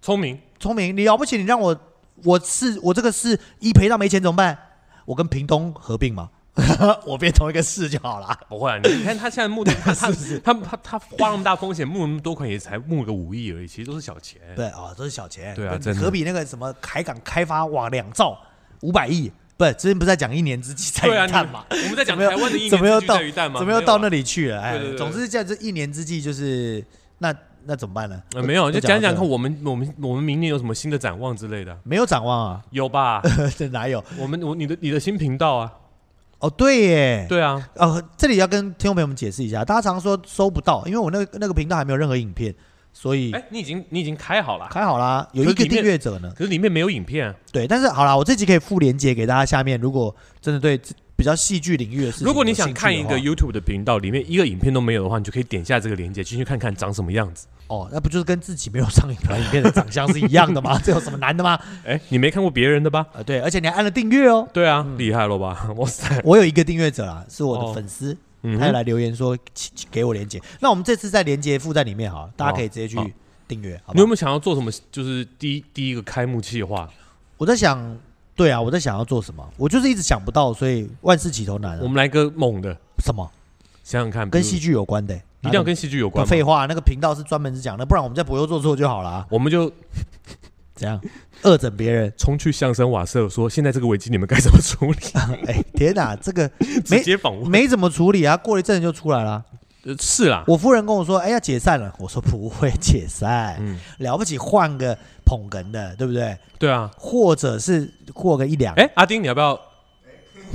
A: 聪明，
B: 聪明，你了不起，你让我，我是我这个市一赔到没钱怎么办？我跟屏东合并嘛， (laughs) 我变同一个市就好了。
A: 不会啊！你看他现在募的，他 (laughs) 他他他他花那么大风险，募那么多款，也才募个五亿而已，其实都是小钱。
B: 对啊、都是小钱。
A: 对啊
B: 跟
A: 真的
B: 可比那个什么海港开发哇，两兆五百亿，不是之前不是在讲一年之计在
A: 对啊，
B: 于
A: 你
B: 旦嘛？
A: 我们在讲
B: 怎么又
A: 台湾的一
B: 怎么
A: 年
B: 又
A: 之计
B: 到
A: 在于旦嘛
B: 怎么又
A: 没有
B: 到
A: 啊
B: 那里去了？哎，
A: 对对对
B: 总之在这一年之计，就是那那怎么办呢？
A: 呃，没有，就
B: 都到
A: 讲讲
B: 这
A: 看，我们我们我们明年有什么新的展望之类的，
B: 没有展望啊， (laughs)
A: 有吧？
B: 这哪有？
A: 我们我你的你的新频道啊，
B: 哦，对耶，
A: 对啊，
B: 呃，这里要跟听众朋友们解释一下，大家常说搜不到，因为我那个那个频道还没有任何影片，所以
A: 哎，你已经你已经开好了，
B: 还好啦，有一
A: 可
B: 个
A: 是里面
B: 订阅者呢。
A: 可是里面没有影片啊。
B: 对，但是好啦，我这集可以附链接给大家，下面如果真的对这比较戏剧领域的事情有兴趣的话，
A: 如果你想看一个 YouTube 的频道，里面一个影片都没有的话，你就可以点下这个链接进去看看长什么样子。
B: 哦，那不就是跟自己没有上影片影片的长相是一样
A: (laughs)
B: 的吗？这有什么难的吗？
A: 哎，你没看过别人的吧？
B: 呃，对，而且你还按了订阅哦。
A: 对啊，厉害了吧？ (laughs) 哇塞，
B: 我有一个订阅者啊，是我的
A: 哦
B: 粉丝，
A: 嗯
B: 他有
A: 哼，
B: 来留言说请请给我连接。那我们这次在连接附在里面哈，大家可以直接
A: 好
B: 去订阅，
A: 哦
B: 好
A: 你
B: 吧
A: 有？没有想要做什么？就是第一第一个开幕计划，
B: 我在想，对啊，我在想要做什么，我就是一直想不到，所以万事起头难
A: 我
B: 啊。
A: 们来个猛的，
B: 什么
A: 想想看，
B: 跟
A: 比如
B: 戏剧有关的、
A: 一定要跟戏剧有
B: 不
A: 关吗。
B: 废话，那个频道是专门是讲的，不然我们在博优做错就好了啊、
A: 我们就
B: 怎样 (laughs) 恶整别人？ (laughs)
A: 冲去相声瓦舍说，现在这个危机你们该怎么处理？
B: 哎、天哪，
A: (laughs)
B: 这个
A: 直接访问。
B: 没怎么处理啊，过了一阵子就出来了啊。
A: 呃是啦，
B: 我夫人跟我说：“哎呀，解散了。”我说：“不会解散，
A: 嗯
B: 了不起换个捧哏的，对不对？
A: 对啊。
B: 或者是过个一两，
A: 哎，阿丁，你要不要？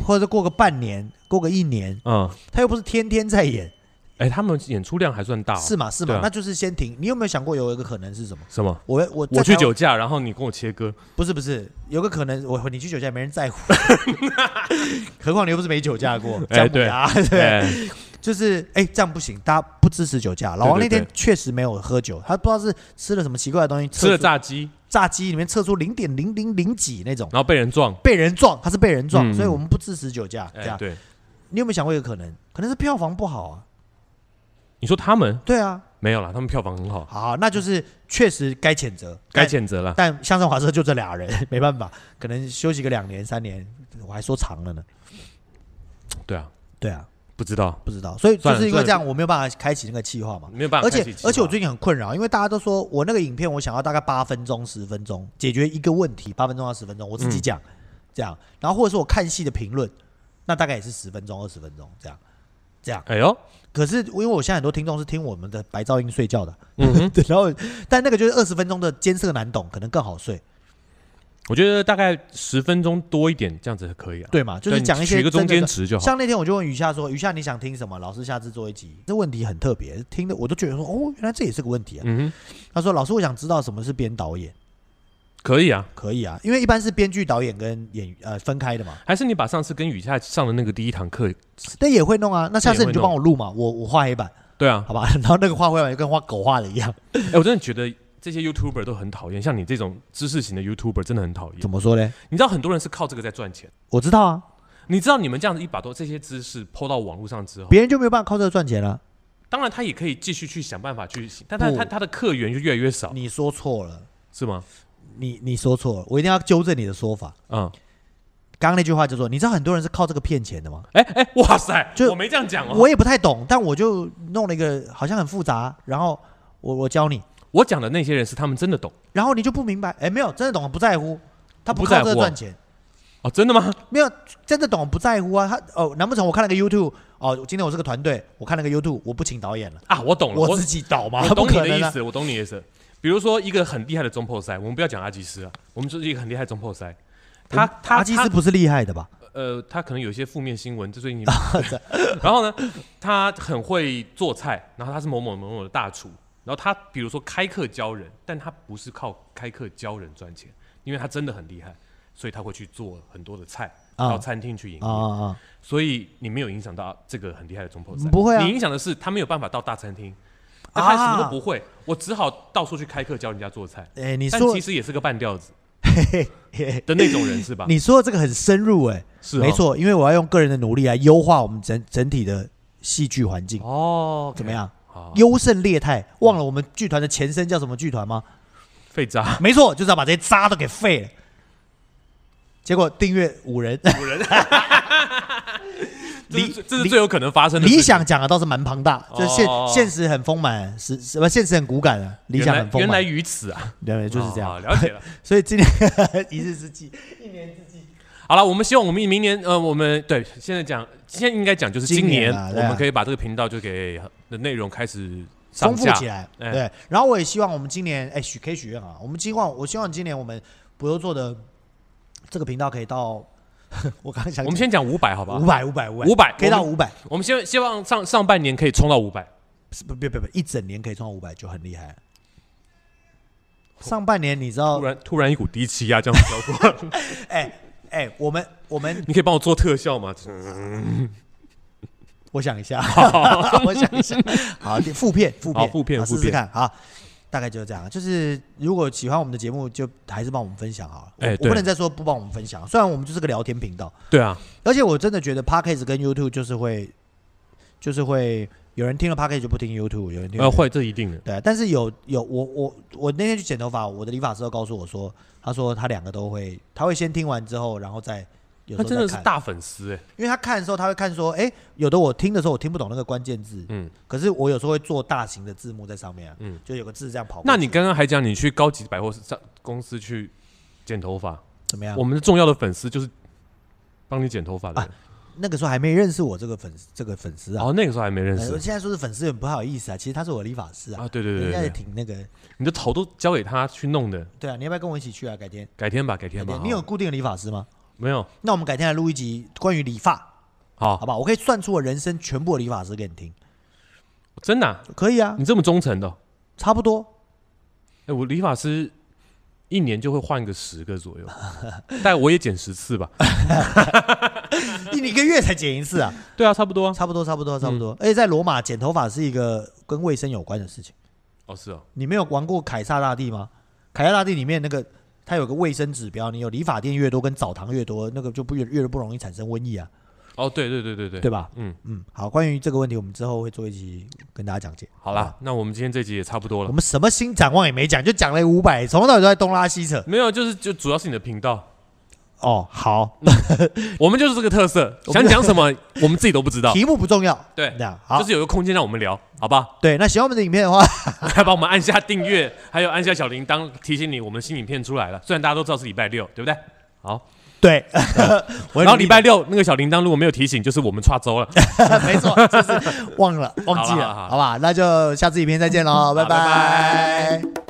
B: 或者是过个半年，过个一年，
A: 嗯，
B: 他又不是天天在演，
A: 哎，他们演出量还算大哦。
B: 是嘛是嘛？
A: 对啊
B: 那就是先停。你有没有想过有一个可能是什么？
A: 什么？
B: 我我在
A: 我去
B: 台湾
A: 酒驾，然后你跟我切割，
B: 不是不是，有个可能我你去酒驾也没人
A: (laughs)
B: 在乎，何况你又不是没酒驾过，
A: 哎
B: 姜母牙 (laughs) 对，
A: 哎，
B: 就是哎、这样不行，大家不支持酒驾。老王
A: 对
B: 那
A: 对
B: 天确实没有喝酒，他不知道是吃了什么奇怪的东西，
A: 吃了
B: 测出
A: 炸鸡，
B: 炸鸡里面测出零点零零零几那种，
A: 然后被人撞，
B: 被人撞，他是被人撞，
A: 嗯
B: 所以我们不支持酒驾。对
A: 哎，
B: 啊，
A: 对，
B: 你有没有想过一个可能？可能是票房不好啊。
A: 你说他们
B: 对啊，
A: 没有啦，他们票房很好，
B: 好好，那就是确实该谴责，
A: 嗯该
B: 但
A: 谴责了。
B: 但相声华社就这俩人， (laughs) 没办法，可能休息个两年三年，我还说长了呢。
A: 对啊，
B: 对啊，
A: 不知道，
B: 不知道，所以就
A: 算了
B: 是因为
A: 算了
B: 这样，我没有办法开启那个气化嘛。
A: 没有办法
B: 而
A: 开启
B: 且
A: 计划。
B: 而且我最近很困扰，因为大家都说我那个影片我想要大概八分钟十分钟解决一个问题，八分钟到十分钟，我自
A: 嗯
B: 己讲、这样，然后或者是我看戏的评论，那大概也是十分钟二十分钟这样这样。
A: 哎呦，
B: 可是因为我现在很多听众是听我们的白噪音睡觉的，
A: 嗯哼，
B: 对， (laughs) 然后但那个就是二十分钟的艰涩难懂，可能更好睡，
A: 我觉得大概十分钟多一点，这样子可以啊。
B: 对嘛？就是
A: 对你
B: 讲一些
A: 取一个中
B: 真的
A: 间值就好。
B: 像那天我就问雨夏说：“雨夏，你想听什么？老师下次做一集。”这问题很特别，听的我都觉得说：“哦，原来这也是个问题啊。
A: 嗯哼，
B: 他说：“老师，我想知道什么是编导演。
A: 可以啊”。
B: 可以啊，因为一般是编剧、导演跟演员呃分开的嘛，
A: 还是你把上次跟雨下上的那个第一堂课，
B: 但也会弄啊。那下次你就
A: 也会弄
B: 帮我录嘛，我我画黑板，
A: 对啊，
B: 好吧？ (laughs) 然后那个画黑板就跟画狗画的一样。
A: (laughs) 哎，我真的觉得这些 YouTuber 都很讨厌，像你这种知识型的 YouTuber 真的很讨厌
B: 怎。么说嘞？
A: 你知道很多人是靠这个在赚钱，
B: 我知道啊，
A: 你知道你们这样子一把多这些知识抛到网络上之后，
B: 别人就没有办法靠这个赚钱啊了。
A: 当然他也可以继续去想办法去，但他
B: 不
A: 他他的客源就越来越少，
B: 你说错了，
A: 是吗？
B: 你你说错了，我一定要纠正你的说法。
A: 嗯，
B: 刚刚那句话叫做：“你知道很多人是靠这个骗钱的吗？”
A: 哎哎，哇塞，
B: (laughs) 就
A: 我没这样讲哦，
B: 我也不太懂，但我就弄了一个好像很复杂，然后我我教你，
A: 我讲的那些人是他们真的懂
B: 然后你就不明白，哎，没有真的懂不在乎，他
A: 不
B: 靠
A: 在
B: 这
A: 乎
B: 个
A: 啊
B: 赚钱，
A: 哦，真的吗？
B: 没有真的懂不在乎啊，他哦，难不成我看了个 YouTube 哦，今天我是个团队，我看了个 YouTube，我不请导演了，
A: 啊，我懂了，
B: 我
A: 我
B: 自己导吗？
A: 我懂
B: 不
A: 你
B: 可
A: 的
B: 能
A: 意
B: 啊，
A: 思，我懂你的意思。比如说一个很厉害的中破塞，我们不要讲阿基斯啊，我们就是一个很厉害的中破塞，他他
B: 阿基斯
A: 他
B: 不是厉害的吧？
A: 呃，他可能有一些负面新闻，这最近。
B: (laughs) 哦
A: (laughs) 然后呢，他很会做菜，然后他是某某某某的大厨，然后他比如说开课教人，但他不是靠开课教人赚钱，因为他真的很厉害，所以他会去做很多的菜，
B: 啊
A: 到餐厅去营业。
B: 啊啊
A: 所以你没有影响到这个很厉害的中破赛，
B: 不会啊啊
A: 你影响的是他没有办法到大餐厅，那他什么都不会，我只好到处去开课教人家做菜。
B: 哎、你
A: 但
B: 说
A: 其实也是个半吊子
B: (laughs) 嘿嘿
A: 的那种人是吧？
B: 你说的这个很深入哎、
A: 是哦
B: 没错，因为我要用个人的努力来优化我们整整体的戏剧环境，
A: 哦，
B: 怎么？样？
A: 好，
B: 优胜劣汰，忘了我们剧团的前身叫什么剧团吗？
A: 废渣
B: 没错，就是要把这些渣都给废了。结果订阅五人，
A: 五
B: (laughs)
A: 人，这
B: 理
A: 是最这是最有可能发生的事情
B: 理想讲的倒是蛮庞大，就是现
A: 哦
B: 现实很丰满，是什么？现实很骨感啊，理想很
A: 原来
B: 丰
A: 原来
B: 满，
A: 于此啊，
B: 对，就是这
A: 好
B: 样。
A: 好了解了。
B: 所以今年 (laughs) 一日之计，
A: 好了，我们希望我们明年，呃，我们对现在讲，现在应该讲就是今
B: 今年啊对
A: 我
B: 啊
A: 们可以把这个频道就给的内容开始上
B: 丰富
A: 架
B: 起来。
A: 哎
B: 对，然后我也希望我们今年，哎，许可以许愿啊，我们希望，我希望今年我们不用做的这个频道可以到， (laughs) 我刚刚想
A: 我们先讲五百，好不好
B: 五？百五百五百
A: 500
B: 可以到
A: 啊我
B: 五百，
A: 我们希望希望上上半年可以冲到五百，
B: 不不不不，一整年可以冲到五百就很厉害了。上半年你知道
A: 突，然突然一股低气压这样飘过来， (laughs)
B: 哎哎，我们我们
A: 你可以帮我做特效吗？
B: 嗯我想一下， (laughs) 我想一下，好，副片，副
A: 好
B: 片，
A: 副片
B: 好
A: 副
B: 试
A: 片
B: 试看，好，大概就是这样。就是如果喜欢我们的节目，就还是帮我们分享好了。我
A: 哎
B: 我
A: 对
B: 不能再说不帮我们分享，虽然我们就是个聊天频道，
A: 对啊，
B: 而且我真的觉得 podcast 跟 YouTube 就是会，就是会有人听了 podcast 就不听 YouTube，有人听
A: 呃，会这一定的，
B: 对啊，但是有有我我我那天去剪头发，我的理发师都告诉我说，他说他两个都会，他会先听完之后，然后再有
A: 他
B: 时候
A: 真的
B: 再
A: 是
B: 看
A: 大粉丝哎，
B: 因为他看的时候，他会看说，哎、有的我听的时候我听不懂那个关键字，
A: 嗯
B: 嗯，可是我有时候会做大型的字幕在上面、啊，
A: 嗯
B: 嗯，就有个字这样跑过去。
A: 那你刚刚还讲你去高级百货上公司去剪头发，
B: 怎么样啊
A: 我？们的重要的粉丝就是帮你剪头发的人，
B: 那个时候还没认识我这个粉丝这个粉丝
A: 然
B: 啊，
A: 后那个时候还没认
B: 呃我
A: 识
B: 现在说是粉丝很不好意思啊，其实他是我的理发师啊，
A: 啊，对对
B: 应
A: 对
B: 该也
A: 对，
B: 挺那个，
A: 你的头都交给他去弄的，
B: 对啊，你要不要跟我一起去啊？改天，
A: 改天吧，改
B: 改
A: 天吧
B: 天，，你有
A: 好啊
B: 固定的理发师吗？
A: 没有？
B: 那我们改天来录一集关于理发，好
A: 好，
B: 不好？我可以算出我人生全部的理发师给你听，
A: 真的啊，
B: 可以啊，
A: 你这么忠诚的哦，
B: 差不多。
A: 哎，我理发师。一年就会换个十个左
B: (laughs)
A: 右，但我也剪十次吧。
B: (laughs) 一你一个月才剪一次啊，嗯
A: 对啊，差不多啊。
B: 差不多，差不多，差不多。而且在罗马剪头发是一个跟卫生有关的事情。
A: 哦，是哦，
B: 你没有玩过凯撒大帝吗？凯撒大帝里面那个，它有个卫生指标，你有理发店越多跟澡堂越多，那个就不越越不容易产生瘟疫啊，
A: 哦，对对对对对，
B: 对吧？
A: 嗯，
B: 嗯，好，关于这个问题，我们之后会做一期跟大家讲解。
A: 好啦，那我们今天这集也差不多
B: 我
A: 了。
B: 们什么新展望也没讲，就讲了五百，从头到尾都在东拉西扯。
A: 没有，就是就主要是你的频道，
B: 哦，好，
A: 我们就是这个特色，
B: 我们
A: 想讲什么我们自己都不
B: (laughs)
A: 知道。
B: 题目不重要，
A: 对
B: 这样好
A: 就。是有一个空间让我们聊，好吧？
B: 对，那喜欢我们的影片的话，
A: 来帮我们按下订阅， (laughs) 还有按下小铃铛，提醒你我们新影片出来了。虽然大家都知道是礼拜六，对不对？好，
B: 对，
A: (laughs)
B: 我
A: 然后礼拜
B: 六，
A: 六那个小铃铛如果没有提醒，就是我们跨周了。
B: 没错，
A: (laughs)
B: 就是忘了忘记
A: 好了好了
B: 了，
A: 好了
B: 好吧？那就下次影片再见喽，
A: 拜
B: 拜拜